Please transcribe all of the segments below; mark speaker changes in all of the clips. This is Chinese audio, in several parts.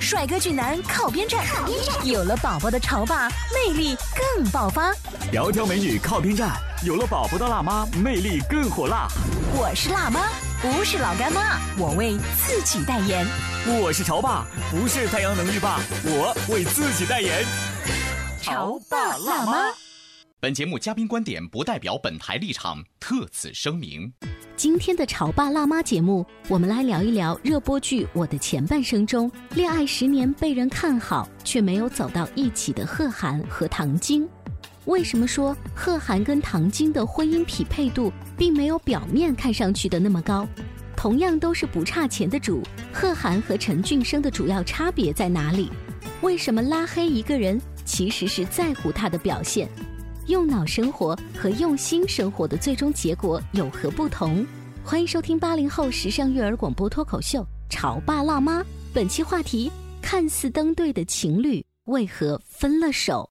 Speaker 1: 帅哥俊男靠边站，有了宝宝的潮爸魅力更爆发。
Speaker 2: 窈窕美女靠边站，有了宝宝的辣妈魅力更火辣。
Speaker 1: 我是辣妈，不是老干妈，我为自己代言。
Speaker 2: 我是潮爸，不是太阳能浴霸，我为自己代言。
Speaker 1: 潮爸辣妈。
Speaker 3: 本节目嘉宾观点不代表本台立场，特此声明。
Speaker 1: 今天的《潮爸辣妈》节目，我们来聊一聊热播剧《我的前半生》中，恋爱十年被人看好却没有走到一起的贺涵和唐晶。为什么说贺涵跟唐晶的婚姻匹配度并没有表面看上去的那么高？同样都是不差钱的主，贺涵和陈俊生的主要差别在哪里？为什么拉黑一个人其实是在乎他的表现？用脑生活和用心生活的最终结果有何不同？欢迎收听八零后时尚育儿广播脱口秀《潮爸辣妈》。本期话题：看似登对的情侣为何分了手？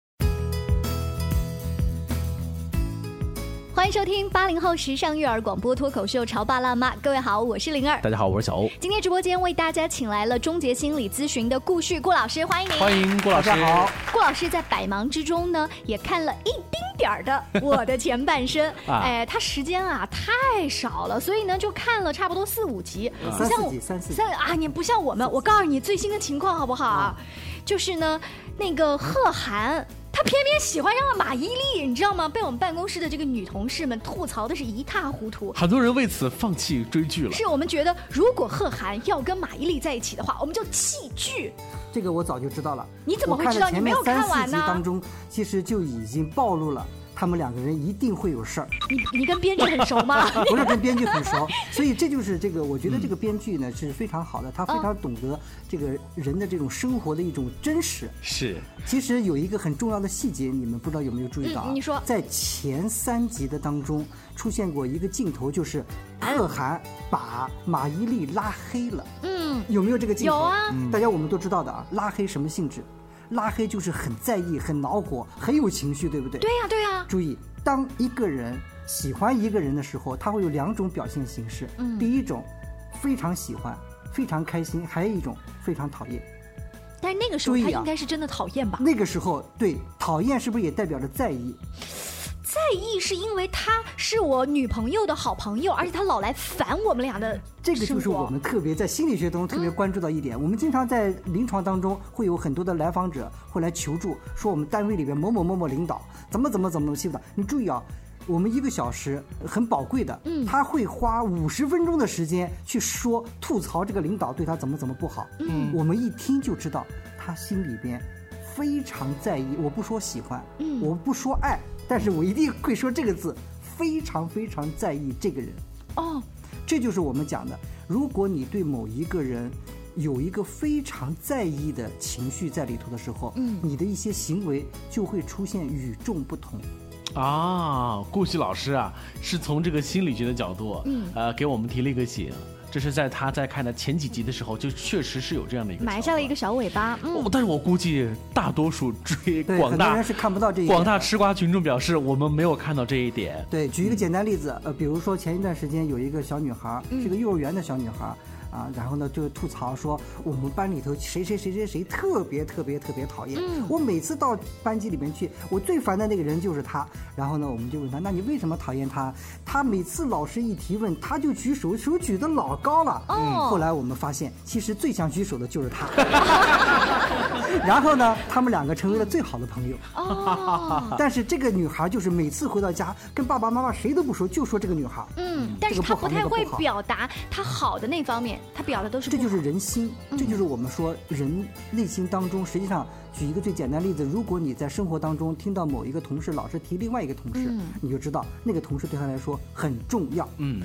Speaker 4: 欢迎收听八零后时尚育儿广播脱口秀《潮爸辣妈》，各位好，我是灵儿。
Speaker 5: 大家好，我是小欧。
Speaker 4: 今天直播间为大家请来了终结心理咨询的顾旭顾老师，欢迎您。
Speaker 5: 欢迎郭老师，好。
Speaker 4: 顾老师在百忙之中呢，也看了一丁点儿 的《我的前半生》
Speaker 5: 啊
Speaker 4: 哎，他时间啊太少了，所以呢就看了差不多四五集，不
Speaker 6: 啊三
Speaker 4: 像
Speaker 6: 四
Speaker 4: 我
Speaker 6: 集，三四集，
Speaker 4: 三啊，你不像我们，我告诉你最新的情况好不好？
Speaker 6: 啊
Speaker 4: 就是呢，那个贺涵。他偏偏喜欢上了马伊琍，你知道吗？被我们办公室的这个女同事们吐槽的是一塌糊涂。
Speaker 5: 很多人为此放弃追剧了。
Speaker 4: 是我们觉得，如果贺涵要跟马伊琍在一起的话，我们就弃剧。
Speaker 6: 这个我早就知道了。
Speaker 4: 你怎么
Speaker 6: 我
Speaker 4: 会
Speaker 6: 看
Speaker 4: 知
Speaker 6: 了
Speaker 4: 道？你
Speaker 6: 前
Speaker 4: 没
Speaker 6: 面
Speaker 4: 有
Speaker 6: 三
Speaker 4: 看完
Speaker 6: 四集当
Speaker 4: 呢？
Speaker 6: 中，其实就已经暴露了他们两个人一定会有事儿，
Speaker 4: 你你跟编剧很熟 吗？
Speaker 6: 不是跟编剧 很熟，所以这就是这个，我觉得
Speaker 4: 嗯
Speaker 6: 这个编剧呢是非常好的，他非常懂得这个人的这种生活的一种真实。
Speaker 5: 是，
Speaker 6: 其实有一个很重要的细节，你们不知道有没有注意到啊？
Speaker 4: 嗯你说
Speaker 6: 在前三集的当中出现过一个镜头，就是
Speaker 4: 啊
Speaker 6: 贺涵把马伊琍拉黑了。
Speaker 4: 嗯，
Speaker 6: 有没有这个镜头？
Speaker 4: 有啊
Speaker 6: 嗯大家我们都知道的啊。拉黑什么性质？拉黑就是很在意、很恼火、很有情绪，对不对？
Speaker 4: 对。啊呀、对呀、
Speaker 6: 注意，当一个人喜欢一个人的时候，他会有两种表现形式。
Speaker 4: 嗯
Speaker 6: 第一种，非常喜欢，非常开心；还有一种，非常讨厌。
Speaker 4: 但是那个时候
Speaker 6: 注意
Speaker 4: 他
Speaker 6: 啊
Speaker 4: 应该是真的讨厌吧？
Speaker 6: 那个时候，对讨厌是不是也代表着在意？
Speaker 4: 在意是因为他是我女朋友的好朋友，而且他老来烦我们俩的
Speaker 6: 这个就
Speaker 4: 生
Speaker 6: 是
Speaker 4: 活嗯
Speaker 6: 我们特别在心理学中特别关注到一点。我们经常在临床当中会有很多的来访者会来求助，说我们单位里边某某某某领导怎么怎么怎么欺负他。你注意啊，我们一个小时很宝贵的，
Speaker 4: 嗯
Speaker 6: 他会花五十分钟的时间去说吐槽这个领导对他怎么怎么不好。
Speaker 4: 嗯，
Speaker 6: 我们一听就知道他心里边非常在意。我不说喜欢，
Speaker 4: 嗯
Speaker 6: 我不说爱，但是我一定会说这个字，非常非常在意这个人。
Speaker 4: 哦，
Speaker 6: 这就是我们讲的，如果你对某一个人有一个非常在意的情绪在里头的时候，
Speaker 4: 嗯
Speaker 6: 你的一些行为就会出现与众不同。
Speaker 5: 啊，顾旭老师啊，是从这个心理学的角度，
Speaker 4: 嗯
Speaker 5: 呃，给我们提了一个醒。这是在他在看的前几集的时候，就确实是有这样的一个
Speaker 4: 埋下了一个小尾巴。
Speaker 5: 想
Speaker 4: 嗯
Speaker 5: 法。哦，但是我估计大多数追
Speaker 6: 对，
Speaker 5: 广
Speaker 6: 很多人
Speaker 5: 大
Speaker 6: 是看不到这一点
Speaker 5: 广。大吃瓜群众表示，我们没有看到这一点。
Speaker 6: 对，举一
Speaker 4: 嗯
Speaker 6: 个简单例子，呃，比如说前一段时间有一个小女孩儿，
Speaker 4: 嗯
Speaker 6: 是个幼儿园的小女孩儿。啊，然后呢，就吐槽说我们班里头谁谁谁谁谁特别特别特别讨厌。
Speaker 4: 嗯
Speaker 6: 我每次到班级里面去，我最烦的那个人就是他。然后呢，我们就问他，那你为什么讨厌他？他每次老师一提问，他就举手，手举得老高了。嗯
Speaker 4: 哦
Speaker 6: 后来我们发现，其实最想举手的就是他。 然后呢，他们两个成为了最好的朋友。
Speaker 4: 哦，
Speaker 6: 啊但是这个女孩就是每次回到家跟爸爸妈妈谁都不说，就说这个女孩，
Speaker 4: 嗯，但是
Speaker 6: 这个
Speaker 4: 他
Speaker 6: 不好
Speaker 4: 太
Speaker 6: 那个不
Speaker 4: 会
Speaker 6: 好
Speaker 4: 表达他好的那方面，他表达都是
Speaker 6: 这
Speaker 4: 不
Speaker 6: 就是
Speaker 4: 好
Speaker 6: 人心，
Speaker 4: 嗯
Speaker 6: 这就是我们说人内心当中。实际上，举一个最简单的例子，如果你在生活当中听到某一个同事老是提另外一个同事，
Speaker 4: 嗯
Speaker 6: 你就知道那个同事对他来说很重要。
Speaker 5: 嗯，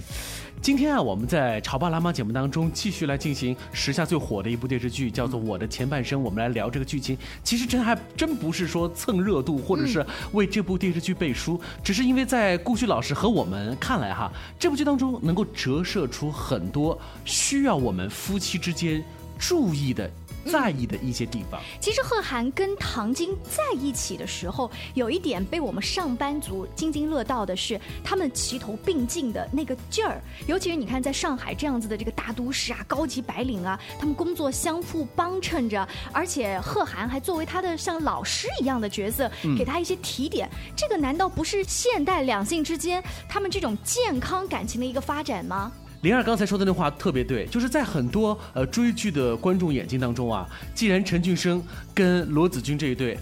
Speaker 5: 今天啊，我们在《潮爸辣妈》节目当中继续来进行时下最火的一部电视剧，叫做《我的前半生》。我们来聊这个剧情，其实这还真不是说蹭热度，或者是为这部电视剧背书，只是因为在顾旭老师和我们看来哈，这部剧当中能够折射出很多需要我们夫妻之间注意的、在意的一些地方。
Speaker 4: 其实贺涵跟唐晶在一起的时候，有一点被我们上班族津津乐道的是，他们齐头并进的那个劲儿。尤其是你看，在上海这样子的这个大都市啊，高级白领啊，他们工作相互帮衬着，而且贺涵还作为他的像老师一样的角色，给他一些提点。这个难道不是现代两性之间他们这种健康感情的一个发展吗？
Speaker 5: 灵儿刚才说的那话特别对，就是在很多呃追剧的观众眼睛当中啊，既然陈俊生跟罗子君这一对。嘖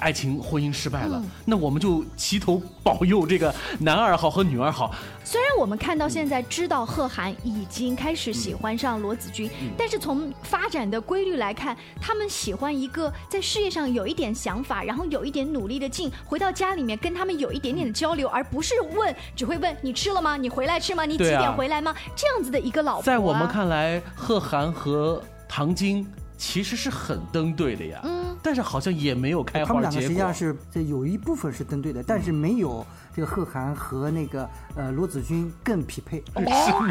Speaker 5: 爱情婚姻失败了，那我们就齐头保佑这个男二号和女二号。
Speaker 4: 虽然我们看到现在知道贺涵已经开
Speaker 5: 嗯
Speaker 4: 始喜欢上罗子君，但是从发展的规律来看，他们喜欢一个在事业上有一点想法，然后有一点努力的劲，回到家里面跟他们有一点点的交流，而不是问只会问你吃了吗？你回来吃吗？你几
Speaker 5: 对啊
Speaker 4: 点回来吗？这样子的一个老婆、啊，
Speaker 5: 在我们，看来，贺涵和唐晶其实是很登对的呀，
Speaker 4: 嗯
Speaker 5: 但是好像也没有开
Speaker 6: 他们
Speaker 5: 花
Speaker 6: 两个
Speaker 5: 结
Speaker 6: 实际上
Speaker 5: 果。
Speaker 6: 是这有一部分是登对的，但是没有这个贺涵和那个呃罗子君更匹配，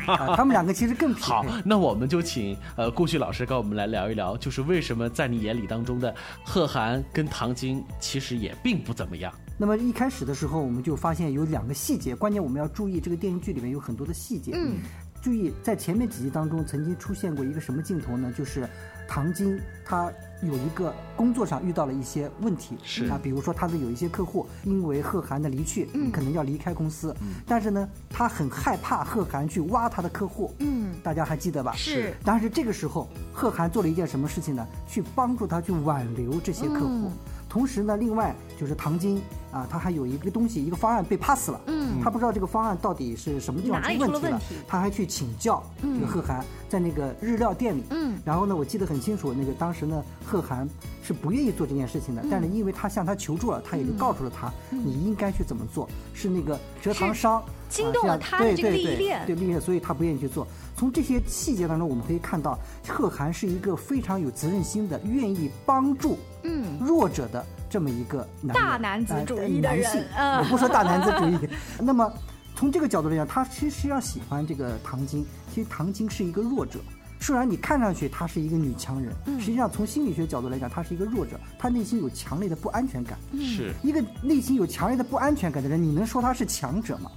Speaker 6: 啊他们两个其实更匹
Speaker 5: 哦好
Speaker 6: 配。，
Speaker 5: 那我们就请呃顾旭老师跟我们来聊一聊，就是为什么在你眼里当中的贺涵跟唐晶其实也并不怎么样。
Speaker 6: 那么一开始的时候，我们就发现有两个细节，关键我们要注意这个电视剧里面有很多的细节。
Speaker 4: 嗯，
Speaker 6: 注意在前面几集当中曾经出现过一个什么镜头呢？就是唐晶她有一个工作上遇到了一些问题，
Speaker 5: 是
Speaker 6: 啊，比如说她的有一些客户因为贺涵的离去，
Speaker 4: 嗯
Speaker 6: 可能要离开公司，但是呢，她很害怕贺涵去挖她的客户。
Speaker 4: 嗯，
Speaker 6: 大家还记得吧？
Speaker 4: 是
Speaker 6: 但是这个时候，贺涵做了一件什么事情呢？去帮助他去挽留这些客户。
Speaker 4: 嗯
Speaker 6: 同时呢，另外就是唐晶啊，他还有一个东西，一个方案被 pass 了。
Speaker 4: 嗯，
Speaker 6: 他不知道这个方案到底是什么地方
Speaker 4: 哪里
Speaker 6: 问
Speaker 4: 出了
Speaker 6: 题了，
Speaker 4: 问题
Speaker 6: 他还去请教这个贺涵，在那个日料店里。
Speaker 4: 嗯
Speaker 6: 然后呢，我记得很清楚，那个当时呢，贺涵是不愿意做这件事情的，
Speaker 4: 嗯
Speaker 6: 但是因为他向他求助了，他也就告诉了他，你应该去怎么做。是那个折
Speaker 4: 是
Speaker 6: 堂商
Speaker 4: 惊
Speaker 6: 啊
Speaker 4: 动
Speaker 6: 这
Speaker 4: 了
Speaker 6: 样
Speaker 4: 他
Speaker 6: 对
Speaker 4: 的这个
Speaker 6: 对
Speaker 4: 利益
Speaker 6: 对
Speaker 4: 链
Speaker 6: 对利益链，所以他不愿意去做。从这些细节当中，我们可以看到，贺涵是一个非常有责任心的，愿意帮助
Speaker 4: 嗯
Speaker 6: 弱者的这么一个男人
Speaker 4: 大男子
Speaker 6: 呃
Speaker 4: 主
Speaker 6: 呃
Speaker 4: 义的
Speaker 6: 男
Speaker 4: 人
Speaker 6: 性
Speaker 4: 嗯
Speaker 6: 我不说大男子 主义。那么从这个角度来讲，他其实要喜欢这个唐晶。其实唐晶是一个弱者，虽然你看上去她是一个女强人，
Speaker 4: 嗯
Speaker 6: 实际上从心理学角度来讲，她是一个弱者，她内心有强烈的不安全感。
Speaker 4: 嗯
Speaker 5: 是，
Speaker 6: 一个内心有强烈的不安全感的人，你能说他是强者吗？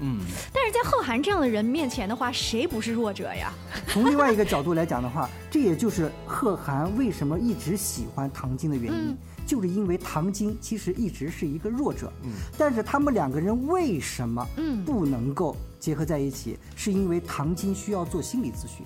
Speaker 5: 嗯。
Speaker 4: 但是在贺涵这样的人面前的话，谁不是弱者呀？
Speaker 6: 从另外一个角度来讲的话，这也就是贺涵为什么一直喜欢唐晶的原因，就是因为唐晶其实一直是一个弱者，但是他们两个人为什么
Speaker 4: 嗯
Speaker 6: 不能够结合在一起，是因为唐晶需要做心理咨询。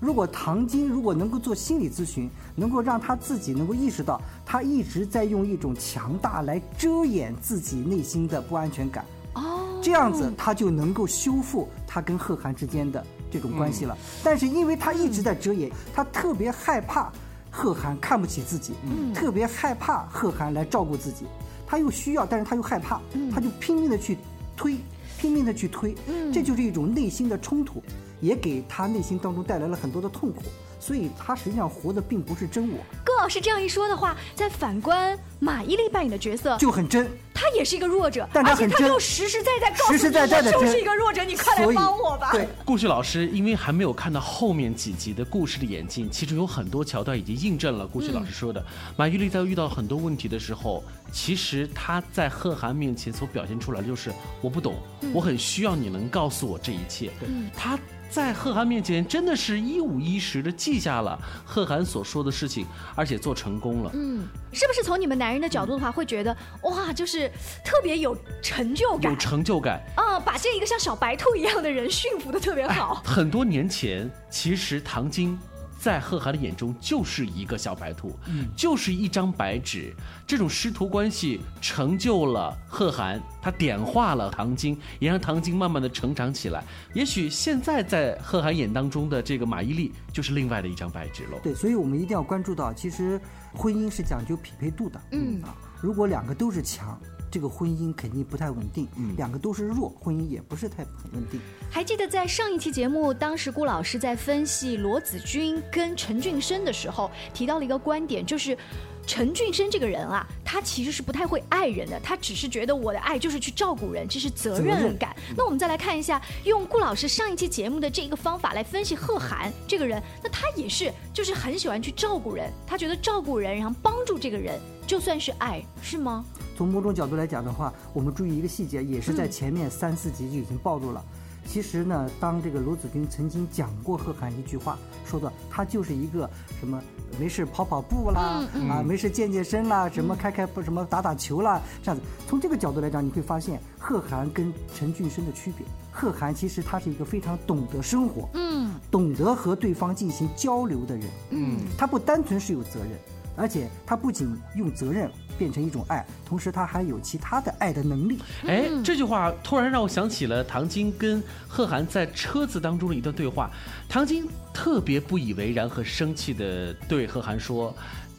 Speaker 6: 如果唐晶如果能够做心理咨询，能够让他自己能够意识到，他一直在用一种强大来遮掩自己内心的不安全感，
Speaker 4: 哦，
Speaker 6: 这样子他就能够修复他跟贺涵之间的这种关系了。
Speaker 4: 嗯
Speaker 6: 但是因为他一直在遮掩，他特别害怕贺涵看不起自己，
Speaker 4: 嗯
Speaker 6: 特别害怕贺涵来照顾自己，他又需要，但是他又害怕，
Speaker 4: 嗯
Speaker 6: 他就拼命的去推，拼命的去推，
Speaker 4: 嗯
Speaker 6: 这就是一种内心的冲突，也给他内心当中带来了很多的痛苦。所以他实际上活的并不是真我，
Speaker 4: 顾老师这样一说的话，再反观马伊琍扮演的角色，
Speaker 6: 就很真。
Speaker 4: 他也是一个弱者，
Speaker 6: 但他
Speaker 4: 而且
Speaker 6: 很
Speaker 4: 他
Speaker 6: 真
Speaker 4: 又实实在在告诉你，
Speaker 6: 实实在在地
Speaker 4: 我就
Speaker 6: 真
Speaker 4: 是一个弱者，你快来
Speaker 6: 所以
Speaker 4: 帮我吧。
Speaker 6: 对，
Speaker 5: 顾旭老师，因为还没有看到后面几集的故事的演进，其实有很多桥段已经印证了顾旭老师说的，马伊琍在遇到很多问题的时候，其实她在贺涵面前所表现出来的就是我不懂，我很需要你能告诉我这一切。她在贺涵面前真的是一五一十的记下了贺涵所说的事情，而且做成功了。
Speaker 4: 嗯，是不是从你们男人的角度的话，会觉得哇，就是特别有成就感
Speaker 5: 有成就感，
Speaker 4: 啊、把这一个像小白兔一样的人驯服的特别好。
Speaker 5: 很多年前，其实唐晶在贺涵的眼中就是一个小白兔，就是一张白纸。这种师徒关系成就了贺涵，他点化了唐晶，也让唐晶慢慢的成长起来。也许现在在贺涵眼当中的这个马伊琍，就是另外的一张白纸喽。
Speaker 6: 对，所以我们一定要关注到，其实婚姻是讲究匹配度的。
Speaker 4: 嗯
Speaker 6: 啊，如果两个都是强，这个婚姻肯定不太稳定；两个都是弱，婚姻也不是太很稳定。
Speaker 4: 还记得在上一期节目，当时顾老师在分析罗子君跟陈俊生的时候，提到了一个观点，就是陈俊生这个人啊，他其实是不太会爱人的，他只是觉得我的爱就是去照顾人，这是责任感。那我们再来看一下，用顾老师上一期节目的这个方法来分析贺涵这个人，那他也是就是很喜欢去照顾人，他觉得照顾人，然后帮助这个人，就算是爱，是吗？
Speaker 6: 从某种角度来讲的话，我们注意一个细节，也是在前面三四集就已经暴露了。其实呢，当这个罗子君曾经讲过贺涵一句话，说的他就是一个什么没事跑跑步啦，啊没事健健身啦，什么开开什么打打球啦，这样子。从这个角度来讲，你会发现贺涵跟陈俊生的区别。贺涵其实他是一个非常懂得生活，
Speaker 4: 嗯
Speaker 6: 懂得和对方进行交流的人。
Speaker 4: 嗯，
Speaker 6: 他不单纯是有责任，而且他不仅用责任变成一种爱，同时他还有其他的爱的能力。
Speaker 5: 哎，
Speaker 4: 嗯
Speaker 5: 这句话突然让我想起了唐晶跟贺涵在车子当中的一段对话。唐晶特别不以为然和生气的对贺涵说：“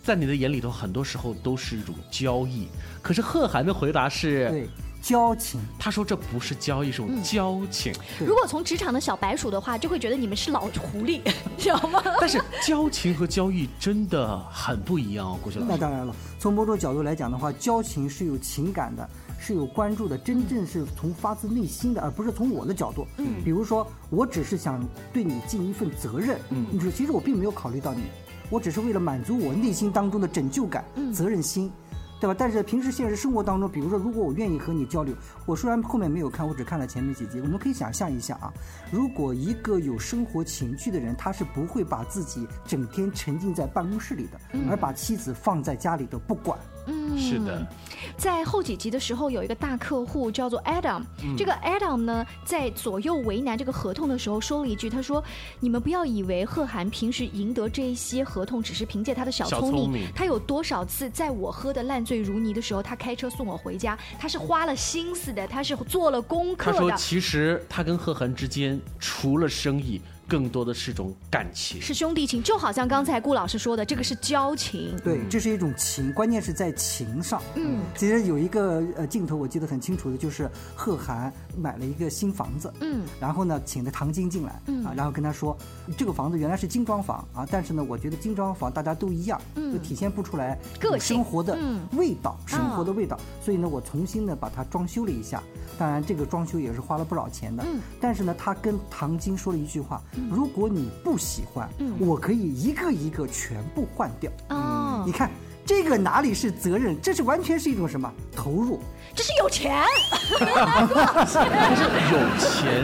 Speaker 5: 在你的眼里头，很多时候都是一种交易。”可是贺涵的回答是
Speaker 6: 对，交情。：“
Speaker 5: 他说这不是交易，是一
Speaker 4: 嗯
Speaker 5: 种交情。
Speaker 6: 对
Speaker 4: 如果从职场的小白鼠的话，就会觉得你们是老狐狸，知道 吗？
Speaker 5: 但是交情和交易真的很不一样哦，郭旭老
Speaker 6: 那
Speaker 4: 嗯
Speaker 5: 师。
Speaker 6: 当然了，从某种角度来讲的话，交情是有情感的，是有关注的，真正是从发自内心的，而不是从我的角度。嗯，比如说，我只是想对你尽一份责任。嗯，你说其实我并没有考虑到你，我只是为了满足我内心当中的拯救感、责任心。对吧？但是平时现实生活当中，比如说，如果我愿意和你交流，我虽然后面没有看，我只看了前面几集，我们可以想象一下啊，如果一个有生活情趣的人，他是不会把自己整天沉浸在办公室里的，而把妻子放在家里头不管。
Speaker 4: 嗯
Speaker 5: 是的，
Speaker 4: 在后几集的时候，有一个大客户叫做 Adam，、这个
Speaker 5: 嗯
Speaker 4: Adam 呢，在左右为难这个合同的时候，说了一句，他说：“你们不要以为贺涵平时赢得这一些合同，只是凭借他的小
Speaker 5: 小
Speaker 4: 聪
Speaker 5: 聪明
Speaker 4: 他有多少次在我喝得烂醉如泥的时候，他开车送我回家，他是花了心思的，他是做了功
Speaker 5: 他
Speaker 4: 课
Speaker 5: 说
Speaker 4: 的，
Speaker 5: 其实他跟贺涵之间除了生意，更多的是种感情。
Speaker 4: 是兄弟情。”就好像刚才顾老师说的，这个是交情。
Speaker 6: 对，这是一种情，关键是在情上。
Speaker 4: 嗯，
Speaker 6: 其实有一个呃镜头我记得很清楚的，就是贺涵买了一个新房子，
Speaker 4: 嗯，
Speaker 6: 然后呢请的唐晶进来，
Speaker 4: 嗯
Speaker 6: 啊，然后跟他说这个房子原来是精装房啊，但是呢我觉得精装房大家都一样，
Speaker 4: 嗯
Speaker 6: 就体现不出来
Speaker 4: 个性
Speaker 6: 生活的
Speaker 4: 嗯
Speaker 6: 味道，生活的味道，所以呢我重新呢把它装修了一下，当然这个装修也是花了不少钱的，
Speaker 4: 嗯
Speaker 6: 但是呢他跟唐晶说了一句话，如果你不喜欢，
Speaker 4: 嗯
Speaker 6: 我可以一个一个全部换掉。
Speaker 4: 哦
Speaker 6: 你，看这个哪里是责任？这是完全是一种什么投入？
Speaker 4: 这是有钱。
Speaker 5: 可是有钱，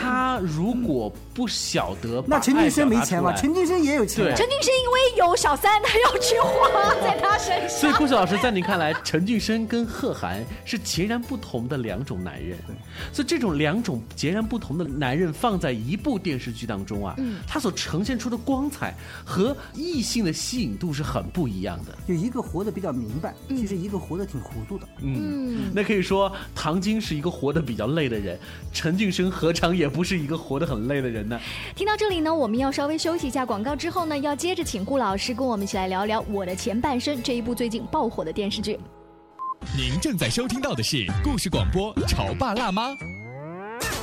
Speaker 5: 他如果不晓得把
Speaker 6: 那
Speaker 5: 爱表达出来，
Speaker 6: 陈俊生没钱吗？陈俊生也有钱
Speaker 5: 对
Speaker 6: 啊。
Speaker 4: 陈俊生因为有小三，他要去花在他身上。
Speaker 5: 所以，顾晓老师，在您看来，陈俊生跟贺涵是截然不同的两种男人。所以，这种两种截然不同的男人放在一部电视剧当中啊，
Speaker 6: 嗯
Speaker 5: 他所呈现出的光彩和异性的吸引度是很不一样的。
Speaker 6: 就一个活得比较明白，其实一个活得挺糊涂的。
Speaker 5: 嗯，那可以说唐晶是一个活得比较累的人，陈俊生何尝也不是一个活得很累的人呢？
Speaker 4: 听到这里呢，我们要稍微休息一下广告，之后呢，要接着请顾老师跟我们一起来聊聊《我的前半生》这一部最近爆火的电视剧。
Speaker 2: 您正在收听到的是故事广播《潮爸辣妈》。
Speaker 1: 《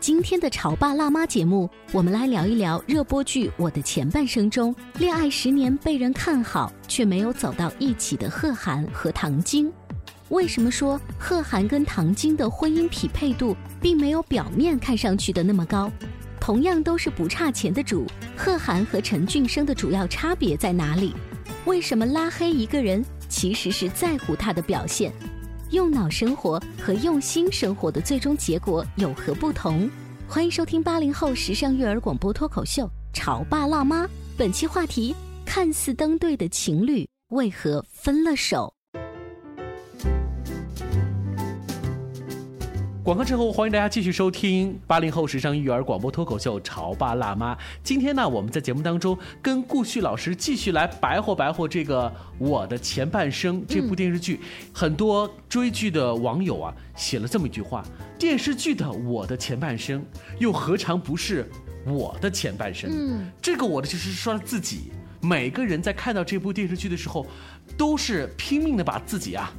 Speaker 1: 今天的《潮爸辣妈》节目，我们来聊一聊热播剧《我的前半生》中，恋爱十年被人看好却没有走到一起的贺涵和唐晶。为什么说贺涵跟唐晶的婚姻匹配度并没有表面看上去的那么高？同样都是不差钱的主，贺涵和陈俊生的主要差别在哪里？为什么拉黑一个人其实是在乎他的表现？用脑生活和用心生活的最终结果有何不同？欢迎收听八零后时尚育儿广播脱口秀《潮爸辣妈》。本期话题：看似登对的情侣为何分了手？
Speaker 5: 广告之后，欢迎大家继续收听八零后时尚育儿广播脱口秀《潮爸辣妈》。今天呢，我们在节目当中跟顾旭老师继续来白活白活这个《我的前半生》这部电视剧。很多追剧的网友啊，写了这么一句话：电视剧的《我的前半生》，又何尝不是我的前半生？
Speaker 4: 嗯，
Speaker 5: 这个我的就是说了自己，每个人在看到这部电视剧的时候，都是拼命的把自己啊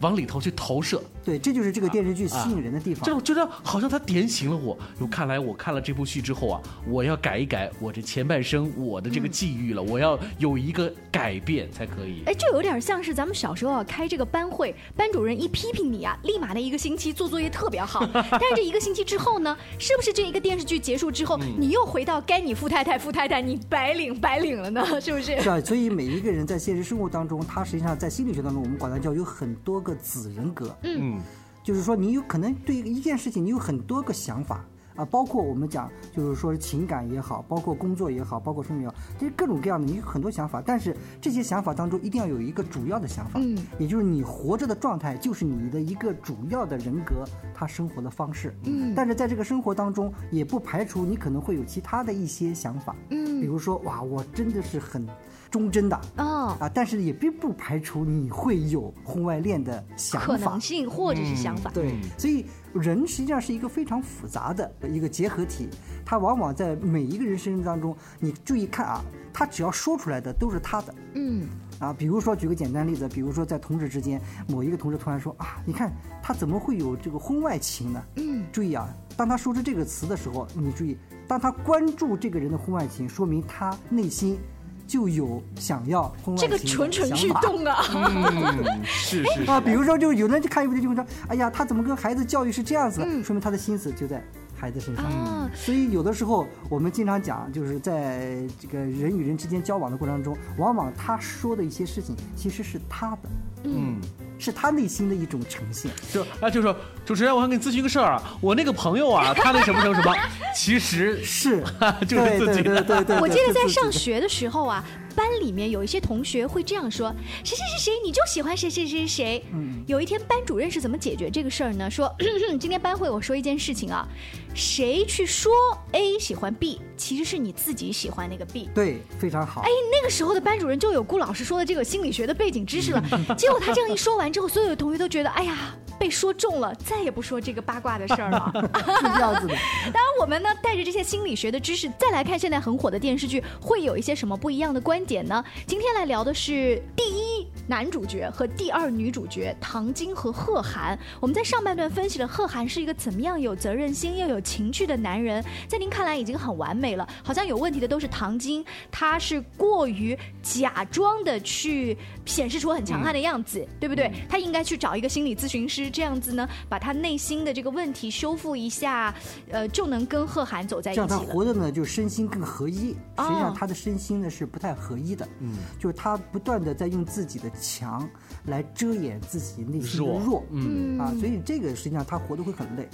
Speaker 5: 往里头去投射。
Speaker 6: 对，这就是这个电视剧吸引人的地方
Speaker 5: 这。我觉得好像他点醒了我。哟，看来我看了这部剧之后啊，我要改一改我这前半生我的这个际遇了，我要有一个改变才可以。
Speaker 4: 哎，就有点像是咱们小时候啊开这个班会，班主任一批评你啊，立马那一个星期做作业特别好。但是这一个星期之后呢，是不是这一个电视剧结束之后，你又回到该你富太太富太太，你白领白领了呢？是不是？
Speaker 6: 是啊，所以每一个人在现实生活当中，他实际上在心理学当中，我们管它叫有很多个子人格。
Speaker 5: 嗯，
Speaker 6: 就是说你有可能对一件事情你有很多个想法啊，包括我们讲就是说是情感也好，包括工作也好，包括生活也好，就是各种各样的你有很多想法，但是这些想法当中一定要有一个主要的想法，
Speaker 4: 嗯，
Speaker 6: 也就是你活着的状态就是你的一个主要的人格，他生活的方式，嗯，但是在这个生活当中也不排除你可能会有其他的一些想法，嗯，比如说哇，我真的是很忠贞的。
Speaker 4: 哦，
Speaker 6: 啊，但是也并不排除你会有婚外恋的想法，
Speaker 4: 可能性或者是想法。
Speaker 6: 对，所以人实际上是一个非常复杂的一个结合体，它往往在每一个人身上当中，你注意看啊，他只要说出来的都是他的
Speaker 4: 嗯，
Speaker 6: 啊。比如说，举个简单例子，比如说在同事之间，某一个同事突然说啊，你看他怎么会有这个婚外情呢？嗯，注意啊，当他说出这个词的时候，你注意，当他关注这个人的婚外情，说明他内心就有想要婚外
Speaker 4: 这
Speaker 6: 情
Speaker 4: 个蠢
Speaker 6: 的
Speaker 4: 蠢
Speaker 6: 想
Speaker 4: 欲
Speaker 6: 法
Speaker 4: 动啊！
Speaker 5: 嗯，是是
Speaker 6: 啊，比如说，就是有的人就看一部电视剧，说，哎呀，他怎么跟孩子教育是这样子的，说明他的心思就在孩子身上。
Speaker 4: 啊
Speaker 6: 所以有的时候我们经常讲，就是在这个人与人之间交往的过程中，往往他说的一些事情其实是他的，
Speaker 5: 嗯，
Speaker 6: 是他内心的一种呈现。
Speaker 5: 就啊，就说主持人，我想给你咨询个事儿啊，我那个朋友啊，他那什么什么什么，其实，
Speaker 6: 是
Speaker 5: 就是自己
Speaker 6: 对
Speaker 5: 的
Speaker 6: 对对对对。
Speaker 4: 我记得
Speaker 6: 对
Speaker 4: 在
Speaker 6: 是自己
Speaker 4: 上
Speaker 6: 的
Speaker 4: 学的时候啊，班里面有一些同学会这样说：“谁谁谁谁，你就喜欢谁谁谁谁。”
Speaker 6: 嗯
Speaker 4: 有一天班主任是怎么解决这个事儿呢？说 今天班会我说一件事情啊，谁去说 A 喜欢 B，其实是你自己喜欢那个 B。
Speaker 6: 对，非常好。
Speaker 4: 哎，那个时候的班主任就有顾老师说的这个心理学的背景知 识了。结果他这样一说完之后，所有的同学都觉得，哎呀，被说中了，再也不说这个八卦的事儿了。
Speaker 6: 是这样子的。
Speaker 4: 当然，我们呢带着这些心理学的知识，再来看现在很火的电视剧，会有一些什么不一样的观点呢？今天来聊的是第一男主角和第二女主角唐晶和贺涵。我们在上半段分析了贺涵是一个怎么样有责任心又有情趣的男人，在您看来已经很完美了，好像有问题的都是唐晶，她是过于假装的去显示出很强悍
Speaker 6: 嗯
Speaker 4: 的样子，对不对？她应该去找一个心理咨询师，这样子呢，把她内心的这个问题修复一下，呃，就能跟贺涵走在一
Speaker 6: 这
Speaker 4: 起
Speaker 6: 样他
Speaker 4: 了。
Speaker 6: 活的呢，就身心更合一。
Speaker 4: 哦
Speaker 6: 实际上，他的身心呢是不太合一的。嗯，就是他不断的在用自己的强来遮掩自己内心的
Speaker 5: 弱
Speaker 6: 弱。
Speaker 4: 嗯
Speaker 6: 啊，所以这个实际上他活得会很累。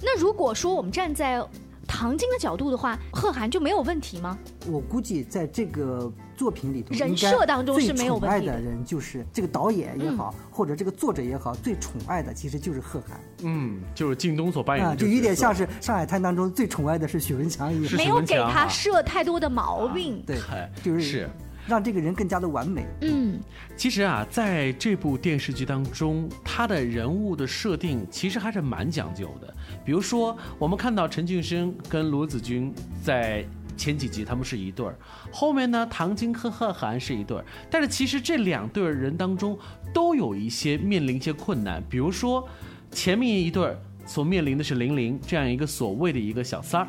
Speaker 4: 那如果说我们站在唐晶的角度的话，贺涵就没有问题吗？
Speaker 6: 我估计在这个作品里头，
Speaker 4: 人
Speaker 6: 应该
Speaker 4: 设当中是
Speaker 6: 最
Speaker 4: 没有
Speaker 6: 宠
Speaker 4: 问
Speaker 6: 爱
Speaker 4: 题的嗯
Speaker 6: 的人就是这个导演也好，或者这个作者也好，最宠爱的其实就是贺涵。
Speaker 5: 嗯，就是靳东所扮演
Speaker 6: 啊，
Speaker 5: 的
Speaker 6: 就
Speaker 5: 这个角色，
Speaker 6: 有点像是《上海滩》当中最宠爱的是许文强一样。
Speaker 5: 是
Speaker 4: 没
Speaker 5: 许
Speaker 4: 有
Speaker 5: 文
Speaker 4: 给
Speaker 5: 强
Speaker 4: 他
Speaker 5: 啊
Speaker 4: 设太多的毛病。
Speaker 6: 啊对，
Speaker 5: 哎，。
Speaker 6: 就是让这个人更加的完美。
Speaker 4: 嗯，
Speaker 5: 其实啊，在这部电视剧当中，他的人物的设定其实还是蛮讲究的。比如说，我们看到陈俊生跟罗子君在前几集他们是一对儿，后面呢，唐晶和贺涵是一对儿。但是其实这两对儿人当中，都有一些面临一些困难，比如说前面一对儿所面临的是玲玲这样一个所谓的一个小三儿，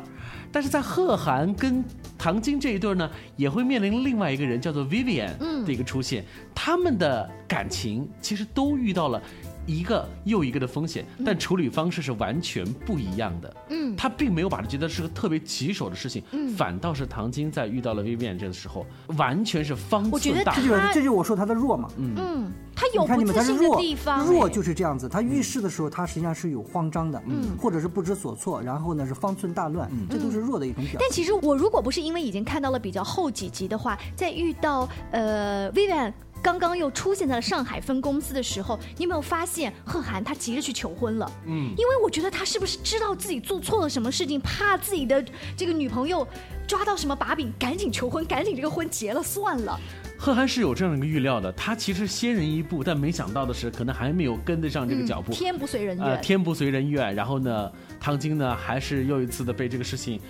Speaker 5: 但是在贺涵跟唐晶这一对儿呢，也会面临另外一个人叫做
Speaker 4: 嗯
Speaker 5: Vivian 的一个出现，他们的感情其实都遇到了。一个又一个的风险，但处理方式是完全不一样的。
Speaker 4: 嗯
Speaker 5: 他并没有把它觉得是个特别棘手的事情，
Speaker 4: 嗯
Speaker 5: 反倒是唐晶在遇到了 Vivian 这个时候，完全是方
Speaker 4: 我觉得
Speaker 5: 寸大
Speaker 4: 他
Speaker 6: 这就是这就是我说他的弱嘛。
Speaker 4: 嗯，他有
Speaker 6: 你看
Speaker 4: 不
Speaker 6: 你们，
Speaker 4: 自
Speaker 6: 他是
Speaker 4: 信的
Speaker 6: 弱
Speaker 4: 地方，，哎嗯
Speaker 6: 弱就是这样子。他遇事的时候，他实际上是有慌张的，或者是不知所措，然后呢是方寸大乱，
Speaker 4: 嗯
Speaker 6: 这都是弱的一种表
Speaker 4: 但
Speaker 6: 现。
Speaker 4: 其实我如果不是因为已经看到了比较后几集的话，在遇到呃 Vivian 刚刚又出现在了上海分公司的时候，你有没有发现贺涵他急着去求婚了？嗯，因为我觉得他是不是知道自己做错了什么事情，怕自己的这个女朋友抓到什么把柄，赶紧求婚，赶紧这个婚结了算了。
Speaker 5: 贺涵是有这样一个预料的，他其实先人一步，但没想到的是，可能还没有跟得上这个脚步。
Speaker 4: 天不嗯遂人愿。
Speaker 5: 呃，天不遂人愿，然后呢，唐晶呢还是又一次的被这个事情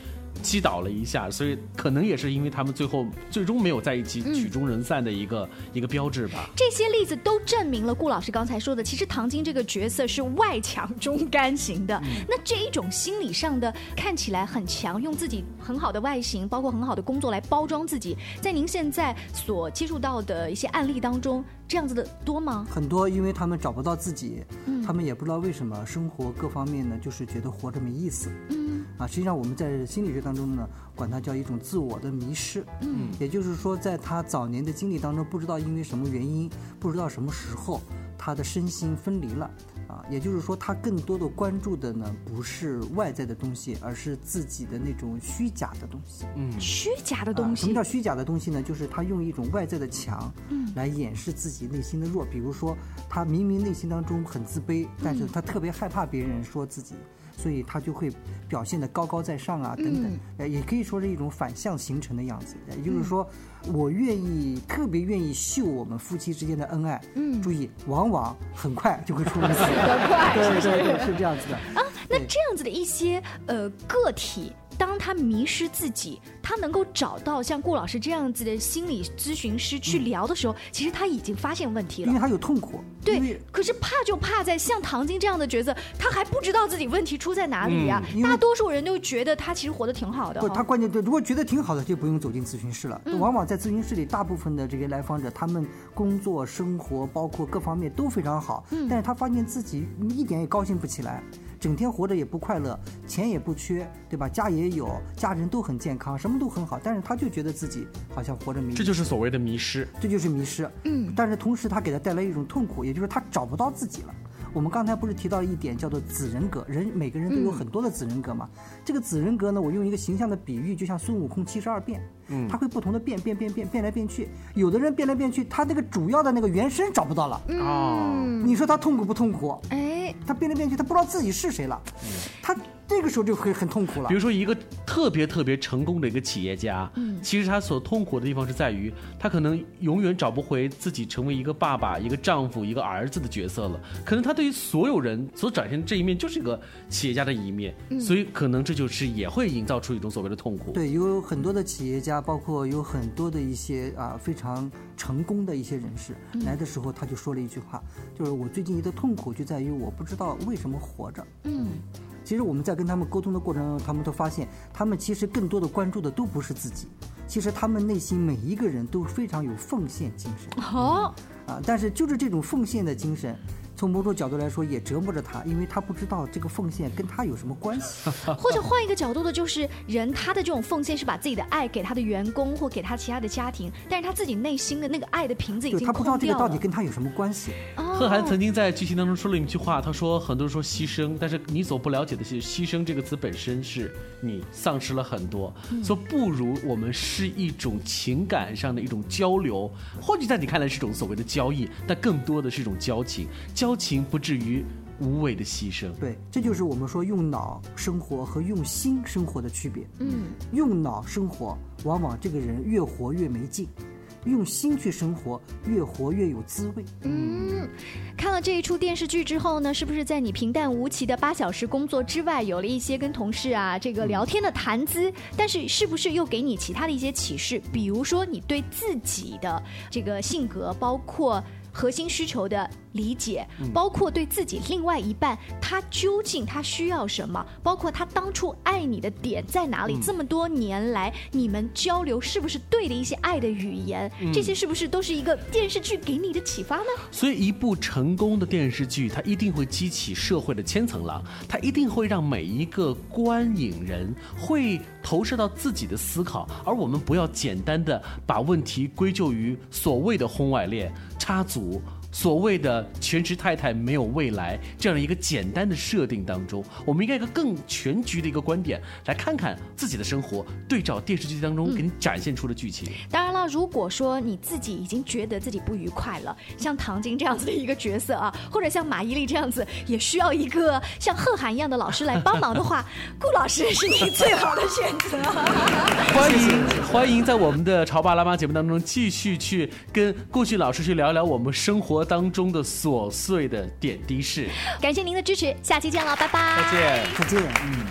Speaker 5: 击倒了一下，所以可能也是因为他们最后最终没有在一起，曲终人散的一个、一个标志吧。
Speaker 4: 这些例子都证明了顾老师刚才说的，其实唐晶这个角色是外强中干型的。那这一种心理上的看起来很强，用自己很好的外形，包括很好的工作来包装自己，在您现在所接触到的一些案例当中，这样子的多吗？
Speaker 6: 很多因为他们找不到自己，
Speaker 4: 嗯
Speaker 6: 他们也不知道为什么生活各方面呢，就是觉得活着没意思。
Speaker 4: 嗯
Speaker 6: 啊，实际上我们在心理学当中呢，管它叫一种自我的迷失。
Speaker 4: 嗯，
Speaker 6: 也就是说，在他早年的经历当中，不知道因为什么原因，不知道什么时候，他的身心分离了。啊，也就是说，他更多的关注的呢，不是外在的东西，而是自己的那种虚假的东西。
Speaker 4: 虚假的
Speaker 6: 啊
Speaker 4: 东
Speaker 6: 什么
Speaker 4: 西
Speaker 6: 叫。虚假的东西呢？就是他用一种外在的强，
Speaker 4: 嗯
Speaker 6: 来掩饰自己内心的弱。比如说，他明明内心当中很自
Speaker 4: 嗯
Speaker 6: 卑，但是他特别害怕别人说自己，所以他就会表现得高高在上啊，
Speaker 4: 嗯
Speaker 6: 等等。呃，也可以说是一种反向形成的样子。也就是
Speaker 4: 嗯
Speaker 6: 说，我愿意，特别愿意秀我们夫妻之间的恩爱。嗯，注意，往往很快就会 出问题。
Speaker 4: 快啊
Speaker 6: 对对对，是这样子 的。
Speaker 4: 那这样子的一些呃个体，当他迷失自己，他能够找到像顾老师这样子的心理咨询师去聊的时候，其实他已经发现问题了
Speaker 6: 因为。他有痛苦，因为
Speaker 4: 对，可是怕就怕在像唐晶这样的角色，他还不知道自己问题出在哪里呀、
Speaker 6: 嗯因为
Speaker 4: 大多数人都觉得他其实活得挺好的
Speaker 6: 不，他
Speaker 4: 哈。嗯
Speaker 6: 关键对，如果觉得挺好的，就不用走进咨询室了。往往在咨询室里，大部分的这些来访者，他们工作、生活，包括各方面都非常好，
Speaker 4: 嗯
Speaker 6: 但是他发现自己一点也高兴不起来，整天活着也不快乐，钱也不缺，对吧？家也有，家人都很健康，什么都很好，但是他就觉得自己好像活着没意思。
Speaker 5: 这就是所谓的迷失。
Speaker 6: 这就是迷失。嗯，但是同时他给他带来一种痛苦，也就是他找不到自己了。我们刚才不是提到一点叫做子人格，人每个人都有很多的子人格嘛。这个子人格呢，我用一个形象的比喻，就像孙悟空七十二变，嗯，他会不同的变变变变变来变去。有的人变来变去，他那个主要的那个原身找不到了。
Speaker 5: 哦，
Speaker 6: 你说他痛苦不痛苦？
Speaker 4: 哎，
Speaker 6: 他变来变去，他不知道自己是谁了，他这个时候就会很痛苦了
Speaker 5: 比。如说一个特别特别成功的一个企业家，
Speaker 6: 嗯
Speaker 5: 其实他所痛苦的地方是在于，他可能永远找不回自己成为一个爸爸、一个丈夫、一个儿子的角色了。可能他对于所有人所展现的这一面就是一个企业家的一面，所以可能这就是也会营造出一种所谓的痛苦。
Speaker 6: 嗯对，有很多的企业家，包括有很多的一些啊非常成功的一些人士，
Speaker 4: 嗯
Speaker 6: 来的时候他就说了一句话，就是我最近一个痛苦就在于我不知道为什么活着。
Speaker 4: 嗯，
Speaker 6: 其实我们在跟他们沟通的过程中，他们都发现，他们其实更多的关注的都不是自己，其实他们内心每一个人都非常有奉献精 神。
Speaker 4: 哦，
Speaker 6: 啊，但是就是这种奉献的精神，从某种角度来说也折磨着他，因为他不知道这个奉献跟他有什么关 系。
Speaker 4: 或者换一个角度的，就是人他的这种奉献是把自己的爱给他的员工或给他其他的家庭，但是他自己内心的那个爱的瓶子已
Speaker 6: 就
Speaker 4: 经
Speaker 6: 他不知道
Speaker 4: 空
Speaker 6: 这个
Speaker 4: 掉
Speaker 6: 到
Speaker 4: 了
Speaker 6: 底。跟他有什么关系。
Speaker 5: 贺涵曾经在剧情当中说了一句话，他说：“很多人说牺牲，但是你所不了解的是，牺牲这个词本身是你丧失了很多，所以不如我们是一种情感上的一种交流，或许在你看来是一种所谓的交易，但更多的是一种交情，交情不至于无谓的牺牲。
Speaker 6: 对，这就是我们说用脑生活和用心生活的区别。
Speaker 4: 嗯，
Speaker 6: 用脑生活，往往这个人越活越没劲；用心去生活，越活越有滋味。
Speaker 4: 嗯，看了这一出电视剧之后呢，是不是在你平淡无奇的八小时工作之外，有了一些跟同事啊这个聊天的谈资？但是是不是又给你其他的一些启示？比如说你对自己的这个性格，包括核心需求的理解，包括对自己另外一半他究竟他需要什么，包括他当初爱你的点在哪里，这么多年来你们交流是不是对的一些爱的语言，这些是不是都是一个电视剧给你的启发呢？
Speaker 5: 所以，一部成功的电视剧，它一定会激起社会的千层浪，它一定会让每一个观影人会投射到自己的思考，而我们不要简单的把问题归咎于所谓的婚外恋、插足。所谓的全职太太没有未来这样的一个简单的设定当中，我们应该有一个更全局的一个观点来看看自己的生活，对照电视剧当中给你展现出的剧情。
Speaker 4: 当然了，如果说你自己已经觉得自己不愉快了，像唐晶这样子的一个角色啊，或者像马伊琍这样子，也需要一个像贺涵一样的老师来帮忙的话， 顾老师是你最好的选择。
Speaker 5: 欢迎欢迎在我们的《潮爸辣妈》节目当中继续去跟顾旭老师去聊一聊我们生活当中的琐碎的点滴事。
Speaker 4: 感谢您的支持，下期见了，拜拜。
Speaker 5: 再见。
Speaker 6: 再见。嗯。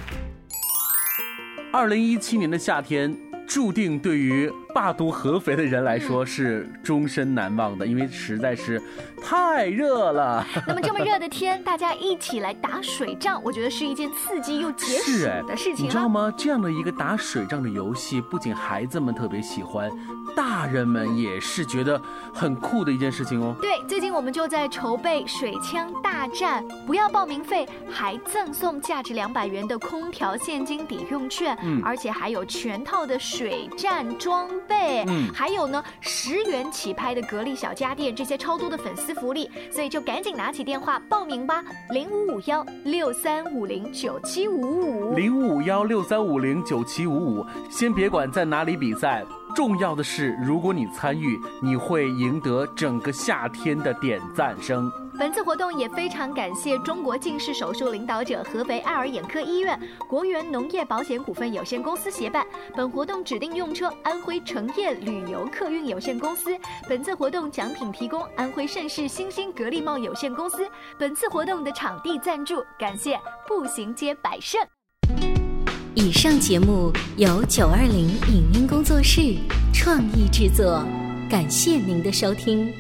Speaker 5: 二零一七年的夏天，注定对于霸都合肥的人来说是终身难忘的，因为实在是太热了。
Speaker 4: 那么这么热的天，大家一起来打水仗，我觉得是一件刺激又解暑
Speaker 5: 是哎
Speaker 4: 的事情
Speaker 5: 你知道
Speaker 4: 啊。
Speaker 5: 吗？这样的一个打水仗的游戏，不仅孩子们特别喜欢，大人们也是觉得很酷的一件事情哦。
Speaker 4: 对，最近我们就在筹备水枪大战，不要报名费，还赠送价值两百元的空调现金抵用券，
Speaker 5: 嗯
Speaker 4: 而且还有全套的水战装备，
Speaker 5: 嗯
Speaker 4: 还有呢十元起拍的格力小家电，这些超多的粉丝福利，所以就赶紧拿起电话报名吧，零五五幺六三五零九七五五。
Speaker 5: 零五幺六三五零九七五五。先别管在哪里比赛，重要的是，如果你参与，你会赢得整个夏天的点赞声。
Speaker 4: 本次活动也非常感谢中国近视手术领导者合肥爱尔眼科医院、国元农业保险股份有限公司协办。本活动指定用车安徽成业旅游客运有限公司。本次活动奖品提供安徽盛世新兴格力贸有限公司。本次活动的场地赞助感谢步行街百盛。
Speaker 1: 以上节目由九二零影音工作室创意制作，感谢您的收听。